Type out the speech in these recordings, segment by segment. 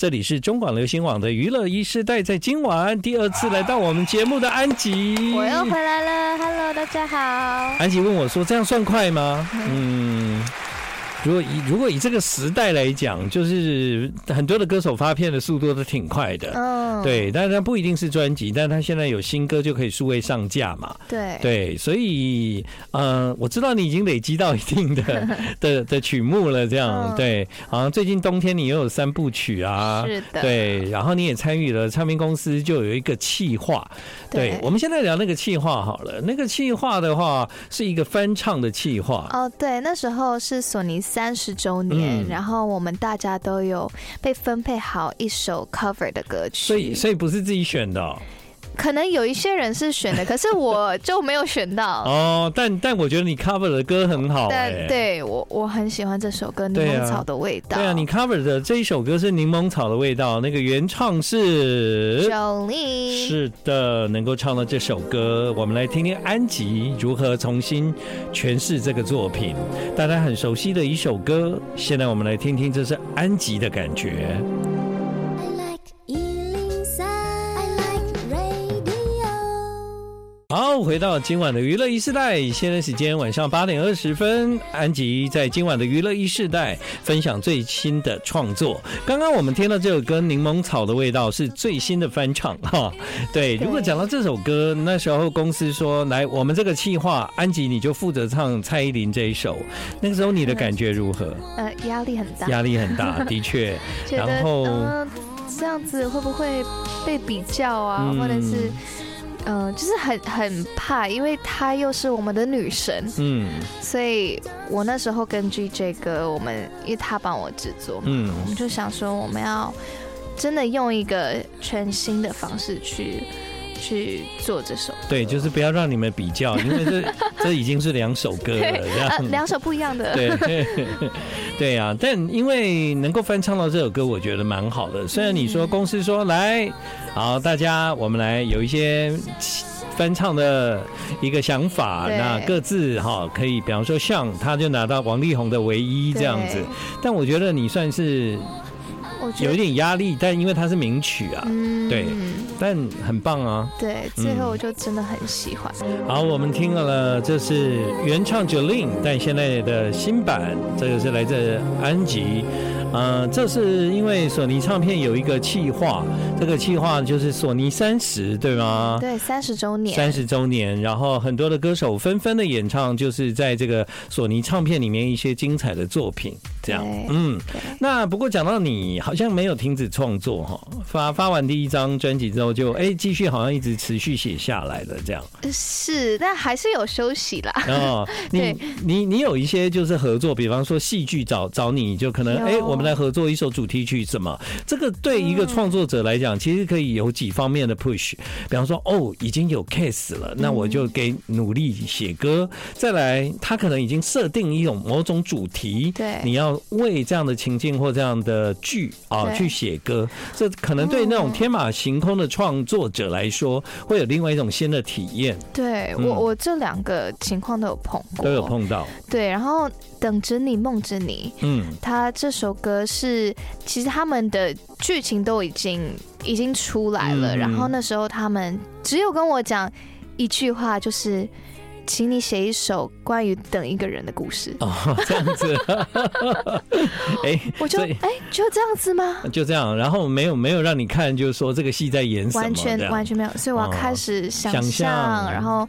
这里是中广流行网的娱乐一世代，在今晚第二次来到我们节目的安吉，我又回来了，Hello，大家好。安吉问我说：“这样算快吗？”嗯，如果以如果以这个时代来讲，就是很多的歌手发片的速度都挺快的，嗯，对，但是他不一定是专辑，但他现在有新歌就可以数位上架嘛，对对，所以呃，我知道你已经累积到一定 的的的曲目了，这样嗯对，好像最近冬天你也有三部曲啊，是的对，然后你也参与了唱片公司就有一个企划，对对，我们现在聊那个企划好了，那个企划的话是一个翻唱的企划，哦，对，那时候是索尼三十周年，嗯然后我们大家都有被分配好一首 cover 的歌曲，所以所以不是自己选的哦，可能有一些人是选 的，可是我就没有选到。哦但但我觉得你 cover 的歌很好，哎但对我我很喜欢这首歌《柠对啊檬草的味道》。对啊，你 cover 的这一首歌是《柠檬草的味道》，那个原唱是 Jolene 是的，能够唱到这首歌，我们来听听安吉如何重新诠释这个作品。大家很熟悉的一首歌，现在我们来听听这是安吉的感觉。 I like Ealing Sound. I like radio. 好，回到今晚的娱乐一世代，现在时间晚上八点二十分，安吉在今晚的娱乐一世代分享最新的创作。刚刚我们听到这首歌《柠檬草的味道》是最新的翻唱 哈。对，如果讲到这首歌，那时候公司说来，我们这个企划，安吉你就负责唱蔡依林这一首。那个时候你的感觉如何？呃，压力很大，压力很大，的确。觉得然后呃这样子会不会被比较啊，嗯或者是嗯、呃就是很很怕，因为她又是我们的女神，嗯所以我那时候根据这个，我们因为她帮我制作嘛，嗯我们就想说我们要真的用一个全新的方式去去做这首，对，就是不要让你们比较，因为 这这已经是两首歌了，这呃，样。 两首不一样的，对， 对啊，但因为能够翻唱到这首歌，我觉得蛮好的。虽然你说公司说来，好，大家我们来有一些翻唱的一个想法，对那各自哈可以，比方说像他就拿到王力宏的《唯一》这样子对，但我觉得你算是我觉有一得。点压力，但因为它是名曲啊，嗯对但很棒啊。对，最后我就真的很喜欢。好，我们听到了，这是原唱 Jolin，但现在的新版，这个是来自安吉。呃，这是因为索尼唱片有一个企划，这个企划就是索尼三十，对吗？对，三十周年，三十周年，然后很多的歌手纷纷的演唱，就是在这个索尼唱片里面一些精彩的作品，这样对，嗯对。那不过讲到你，好像没有停止创作哈，发发完第一张专辑之后就哎继续好像一直持续写下来了这样。是，但还是有休息啦。 哦，你对你你有一些就是合作，比方说戏剧找找你，就可能有哎、我们来合作一首主题曲什么？这个对一个创作者来讲，其实可以有几方面的 push。比方说，哦，已经有 case 了，嗯那我就给努力写歌。再来，他可能已经设定一种某种主题，对你要为这样的情境或这样的剧啊对哦去写歌，这可能对那种天马行空的创作者来说，会有另外一种新的体验，对我，嗯我这两个情况都有碰过，都有。碰到，对，然后《等着你，梦着你》，嗯。他这首歌是，其实他们的剧情都已经已经出来了。嗯然后那时候他们只有跟我讲一句话，就是。请你写一首关于等一个人的故事，哦， 这样 子，哎、我就所哎以、就这样子吗？就这样，然后没有没有让你看，就是说这个戏在演什么，完全这样完全没有，所以我要哦开始想想象，象然后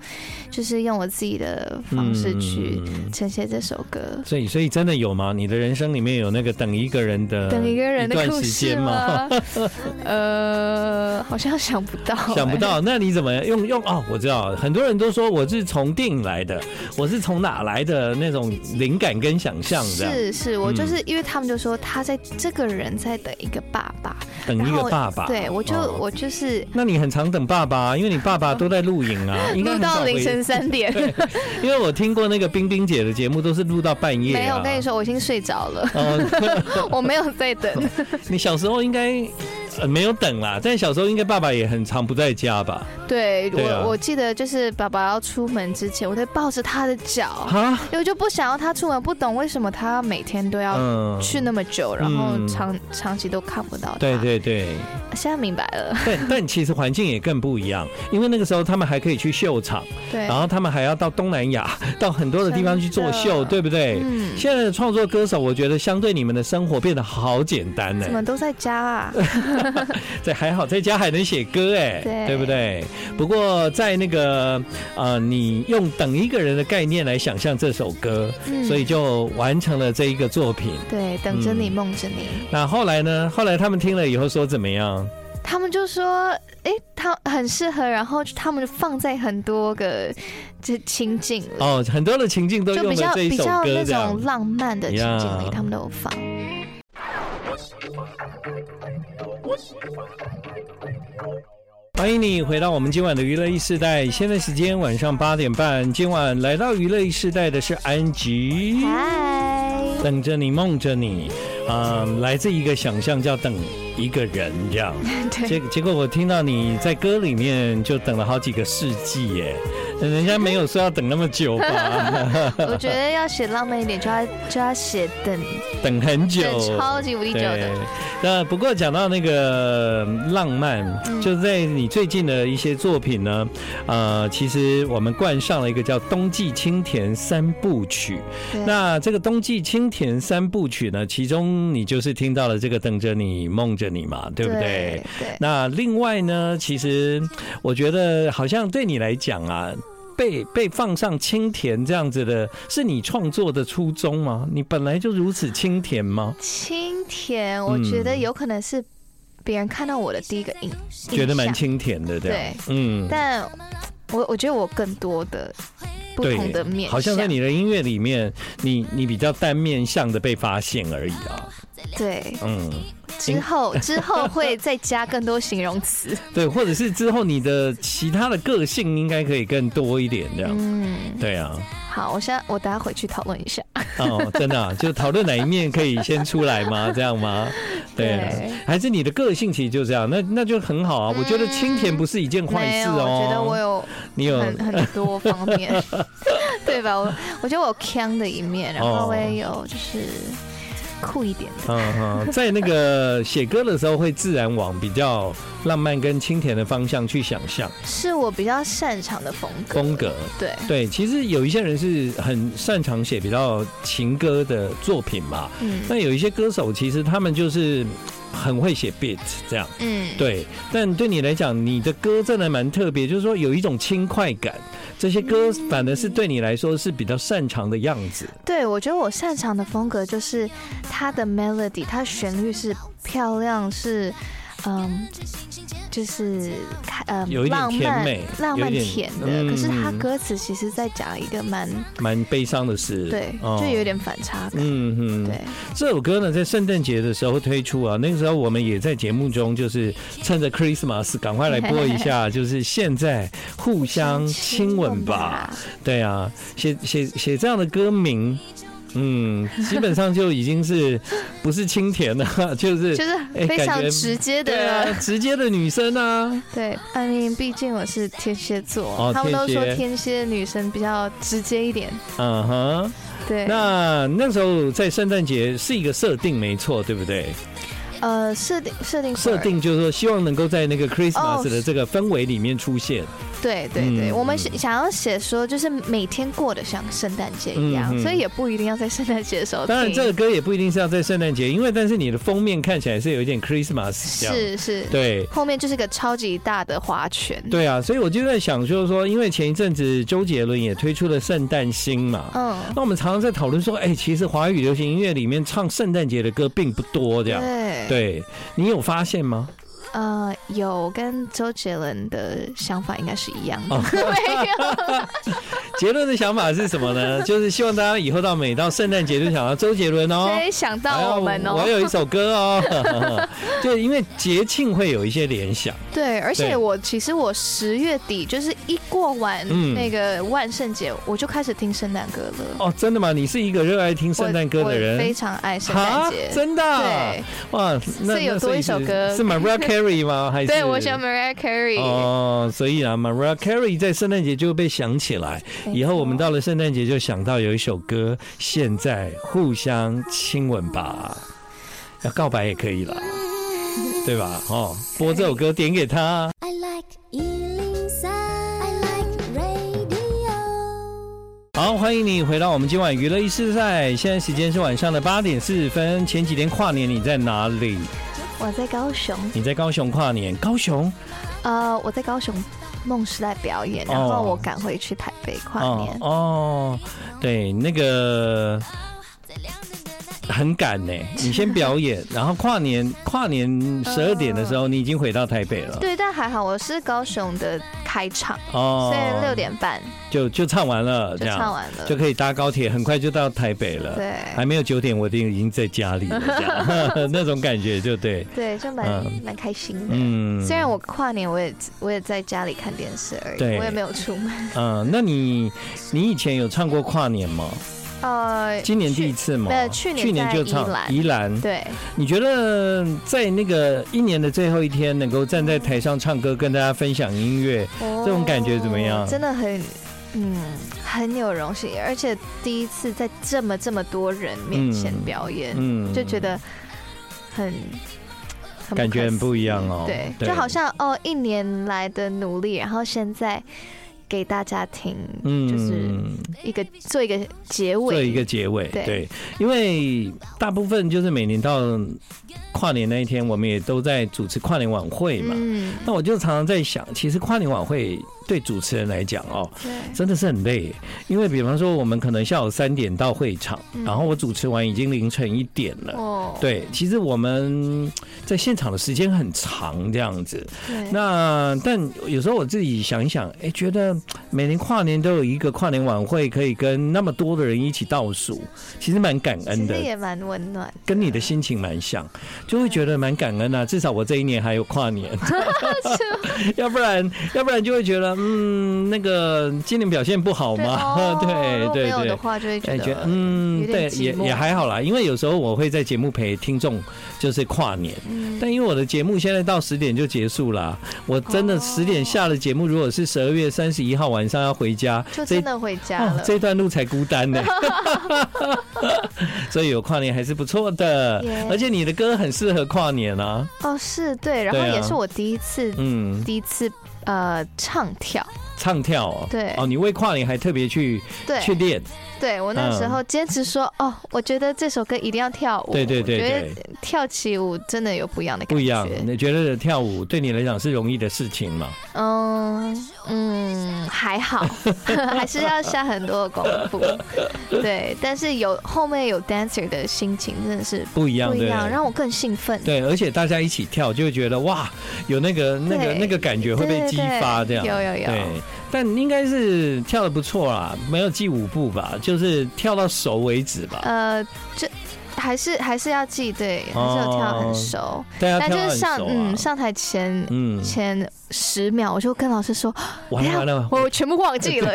就是用我自己的方式去嗯呈现这首歌。所以，所以真的有吗？你的人生里面有那个等一个人的等一个人的呃段故时事间吗？？ 呃，好像想不到、 哎想不到，那你怎么用用？哦，我知道，很多人都说我是从电影来的，我是从哪来的那种灵感跟想象这样，嗯是是，我就是因为他们就说他在这个人在等一个爸爸，等一然个后爸爸。对我就、哦我就是那你很常等爸爸，因为你爸爸都在录影 啊，应该录很少啊到回凌晨三点， 因为我听过那个冰冰姐的节目，都是录到半夜、啊。没有，我跟你说我已经睡着了，哦，我没有在等。你小时候应该呃没有等啦，但小时候应该爸爸也很常不在家吧？对对啊我我记得就是爸爸要出门之前，我都抱着他的脚，哈，因为我就不想要他出门，不懂为什么他每天都要嗯去那么久，然嗯后长长期都看不到他。对，对对，现在明白了。但但其实环境也更不一样，因为那个时候他们还可以去秀场，对，然后他们还要到东南亚，到很多的地方去做秀，真的对不对？嗯，现在的创作歌手，我觉得相对你们的生活变得好简单呢怎。么都在家啊？这还好，在家还能写歌哎，对不对？不过在那个呃，你用等一个人的概念来想象这首歌，嗯 所以就完成了这一个作品。对，等着你，嗯梦着你。那后来呢？后来他们听了以后说怎么样？他们就说，诶，他很适合，然后他们就放在很多个这情景了，哦，很多的情境都嗯就用了比较这一比首较歌那这样种。浪漫的情景里呀他们都有放。欢迎你回到我们今晚的娱乐一世代，现在时间晚上八点半。今晚来到娱乐一世代的是安吉。嗨， 等着你，梦着你，啊、来自一个想象叫等一个人这样。 对，结结果我听到你在歌里面就等了好几个世纪耶，人家没有说要等那么久 吧？我觉得要写浪漫一点，就要就要写等等很久，等超级无敌久对的。，那不过讲到那个浪漫，嗯就在你最近的一些作品呢，呃，其实我们冠上了一个叫《冬季清甜三部曲》。对那这个《冬季清甜三部曲》呢，其中你就是听到了这个“等着你，梦着你”嘛，对不对？对？对，那另外呢，其实我觉得好像对你来讲啊。被被放上清甜这样子的，是你创作的初衷吗？你本来就如此清甜吗？清甜，我觉嗯得有可能是别人看到我的第一个印，觉得蛮印象清甜的，对对，嗯，但我我觉得我更多的不同的面向，好像在你的音乐里面，你你比较单面向的被发现而已啊，对嗯，之 后之后会再加更多形容词，对，或者是之后你的其他的个性应该可以更多一点这样，嗯，对啊，好，我现在我等下回去讨论一下，哦，真的、 啊，就讨论哪一面可以先出来吗？这样吗？对啊，对嗯还是你的个性其实就这样，那那就很好啊。我觉得清甜不是一件坏没事有，哦。我觉得我有你有嗯很很多方面， 对吧？我我觉得我有腔的一哦面，然后我也有就是酷一点的，嗯 哼，在那个写歌的时候会自然往比较浪漫跟清甜的方向去想象是我比较擅长的风格，风格。对。对，其实有一些人是很擅长写比较情歌的作品嘛，嗯那有一些歌手其实他们就是很会写 beat 这样。嗯，对，但对你来讲，你的歌真的蛮特别，就是说有一种轻快感。这些歌嗯反而是对你来说是比较擅长的样子。对，我觉得我擅长的风格就是它的 melody，它旋律是漂亮，是嗯，就是开嗯有一点浪甜漫美浪有一漫点甜的。嗯可是它歌词其实在讲一个蛮蛮悲伤的事，对，哦就有点反差感。嗯哼，对，这首歌呢，在圣诞节的时候推出啊，那个时候我们也在节目中，就是趁着 Christmas 赶快来播一下，就是现在互相亲吻吧。，对啊，写写写这样的歌名，嗯，基本上就已经 是不是清甜了， 就是就是哎非感常觉直接对啊，的。直接的女生啊，对，I mean，毕竟我是天蝎哦座，他们都天说蝎天蝎女生比较直接一点。嗯哼。对，那那时候在圣诞节是一个设定，没错，对不对？呃，设定设定会设儿定就是说，希望能够在那个 Christmas 哦的这个氛围里面出现。对对对，嗯我们是想要写说，就是每天过得像圣诞节一样，嗯嗯所以也不一定要在圣诞节的时候听。当然，这个歌也不一定是要在圣诞节，因为但是你的封面看起来是有一点 Christmas 这样。是是，对。后面就是个超级大的划拳。，对啊，所以我就在想，就是说，因为前一阵子周杰伦也推出了《圣诞星》嘛，嗯，那我们常常在讨论说，哎，其实华语流行音乐里面唱圣诞节的歌并不多，这样。对，对你有发现 吗？呃， 有跟周杰伦的想法应该是一样的，哦没有，杰伦的想法是什么呢？就是希望大家以后到每到圣诞节就想到周杰伦哦。谁想到我们还有我哦？有一首歌 哦，就因为节庆会有一些联想，对，而对且我其实我十月底就是一过完嗯那个万圣节，我就开始听圣诞歌了。哦，真的吗？你是一个热爱听圣诞歌的我我非人。常爱圣啊诞节。真的啊、对哇，那所以有那多一首是歌是 Mariah Carey 吗？还是对，我喜欢 Mariah Carey。哦，所以啊，Mariah Carey 在圣诞节就被想起来，没错以后我们到了圣诞节就想到有一首歌，现在互相亲吻吧，要告白也可以啦，嗯对吧？哦，播这首歌点给他。 I like Ealing Sound. I like radio. 好，欢迎你回到我们今晚娱乐一世赛，现在时间是晚上的八点四十分。前几天跨年你在哪里？我在高雄，你在高雄跨年，高雄呃，我在高雄梦时代表演，然哦后我赶回去台北跨年。哦，对，那个很赶 呢、你先表演，然后跨年跨年十二点的时候，你已经回到台北了。对，但还好我是高雄的开场，哦所以六点半就就唱完了，就这样唱完了就可以搭高铁，很快就到台北了。对还没有九点，我已经已经在家里了，这样 那种感觉就对。对，就蛮嗯蛮、开心的。嗯，虽然我跨年，我也我也在家里看电视而已，对我也没有出门。嗯，那你你以前有唱过跨年吗？ 呃，今年第一次吗？没有去年就在宜唱兰宜兰。对，你觉得在那个一年的最后一天，能够站在台上唱歌，跟大家分享音乐，这种感觉怎么样真的很，嗯，很有荣幸，而且第一次在这么这么多人面前嗯表演，嗯，就觉得很。很不感觉可很不一样思议哦对，对就好像哦，一年来的努力，然后现在给大家听，嗯就是一个做一个结尾，做一个结尾，对对，因为大部分就是每年到跨年那一天，我们也都在主持跨年晚会嘛。嗯，那我就常常在想，其实跨年晚会对主持人来讲哦，对，真的是很累，因为比方说我们可能下午三点到会场，嗯然后我主持完已经凌晨一点了。哦，对，其实我们在现场的时间很长，这样子。对，那但有时候我自己想一想，哎、觉得每年跨年都有一个跨年晚会，可以跟那么多的人一起倒数，其实蛮感恩其的实，也蛮温暖，跟你的心情蛮像，就会觉得蛮感恩啊。至少我这一年还有跨 年， 要不然要不然就会觉得，嗯，那个今年表现不好对嘛，哦 对如果没对有对的。话，就会觉感觉得，嗯，有对点，也寂寞也还好啦，因为有时候我会在节目陪听众就是跨年，嗯但因为我的节目现在到十点就结束啦，我真的哦十点下了节目，如果是十二月三十一号晚上要回家，就这真的回家哦了，这段路才孤单 呢，所以有跨年还是不错的 Yeah，而且你的歌很适合跨年啊，哦，是对，然后对啊也是我第一次嗯，第一次呃唱跳，唱跳哦，对哦，你为跨年还特别去对去练，对，我那时候坚持说、哦，我觉得这首歌一定要跳舞，嗯对对对我觉对得，跳起舞真的有不一样的感觉，不一样，你觉得跳舞对你来讲是容易的事情吗？嗯嗯，还 好，还是要下很多的功夫，对，但是有后面有 dancer 的心情真的是不一样，不一对样，让我更兴奋，对，而且大家一起跳，就会觉得哇，有那个那个对那个感觉会被激发，对对对这样。有有有对，但应该是跳的不错啦，没有记五步吧，就是跳到熟为止吧。呃，这还是还是要记对，还是有跳哦很熟。大家呃但跳到就是很上、熟啊嗯。上台前嗯，前十秒，我就跟老师说，完了完了，我全部忘记 了，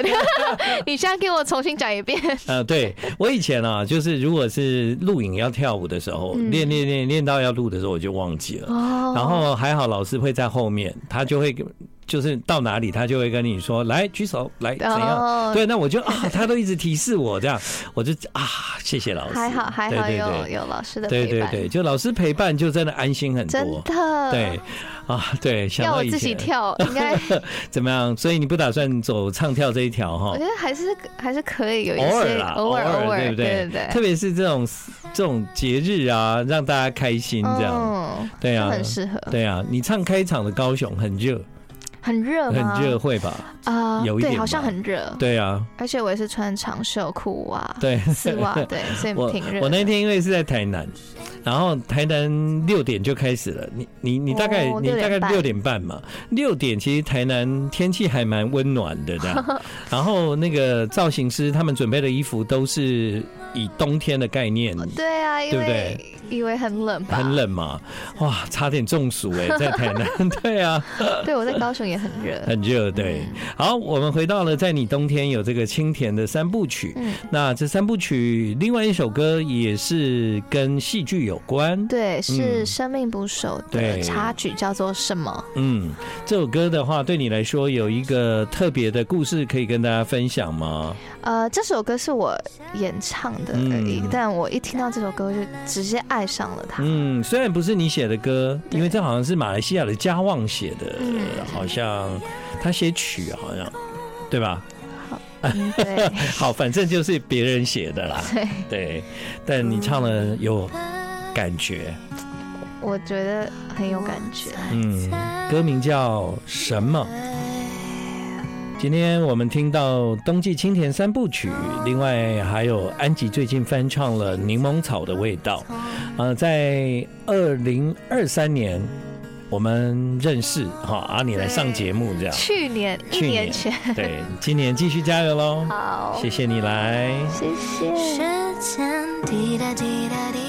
你现在给我重新讲一遍。呃，对我以前啊，就是如果是录影要跳舞的时候，嗯练练练练到要录的时候，我就忘记了。哦然后还好老师会在后面，他就会就是到哪里，他就会跟你说来举手，来怎样。哦对，那我就 啊，他都一直提示我这样，我就啊，谢谢老师。还好还好对有对有老师的对陪对对伴，对，就老师陪伴就真的安心很真多。的对，啊，对，想要到我以自己前跳， 应该怎么样？所以你不打算走唱跳这一条哈我觉？得还是还是可以有一些偶尔啦，偶尔偶尔对不对对？特别是这种这种节日啊，让大家开心这样，嗯，对就啊，很适合。对啊，你唱开场的高雄很热，很热吗？很热会吧？啊、有一点对，好像吧很热。，对啊，而且我也是穿长袖裤袜、 对。丝 袜，对，所以我挺热的。我那天因为是在台南，然后台南六点就开始了。你你你大概、哦你大概6点半六点半嘛，六点其实台南天气还蛮温暖的这 样。然后那个造型师他们准备的衣服都是以冬天的概念，对啊，因对不为以为很冷吧？很。冷嘛，哇，差点中暑 哎、在台南， 对啊，对，我在高雄也很热。很热，对。嗯好，我们回到了在你冬天有这个清甜的三部曲，嗯，那这三部曲另外一首歌也是跟戏剧有关，对，是嗯生命捕手的对插曲，叫做什么？嗯，这首歌的话对你来说有一个特别的故事可以跟大家分享吗？呃，这首歌是我演唱的而已，嗯但我一听到这首歌就直接爱上了它。嗯，虽然不是你写的歌，对因为这好像是马来西亚的嘉旺写的，嗯好像他写曲好像，对吧？嗯，对 好，反正就是别人写的啦。对，对，但你唱了有感觉，我觉得很有感 觉。嗯，歌名叫什么？今天我们听到《冬季清甜三部曲》，另外还有安吉最近翻唱了《柠檬草的味道》。呃，在二零二三年我们认识哈，阿、啊、你来上节目这样。去年一去年年前，对，今年继续加油喽！好，谢谢你来。谢谢。时间滴答滴答滴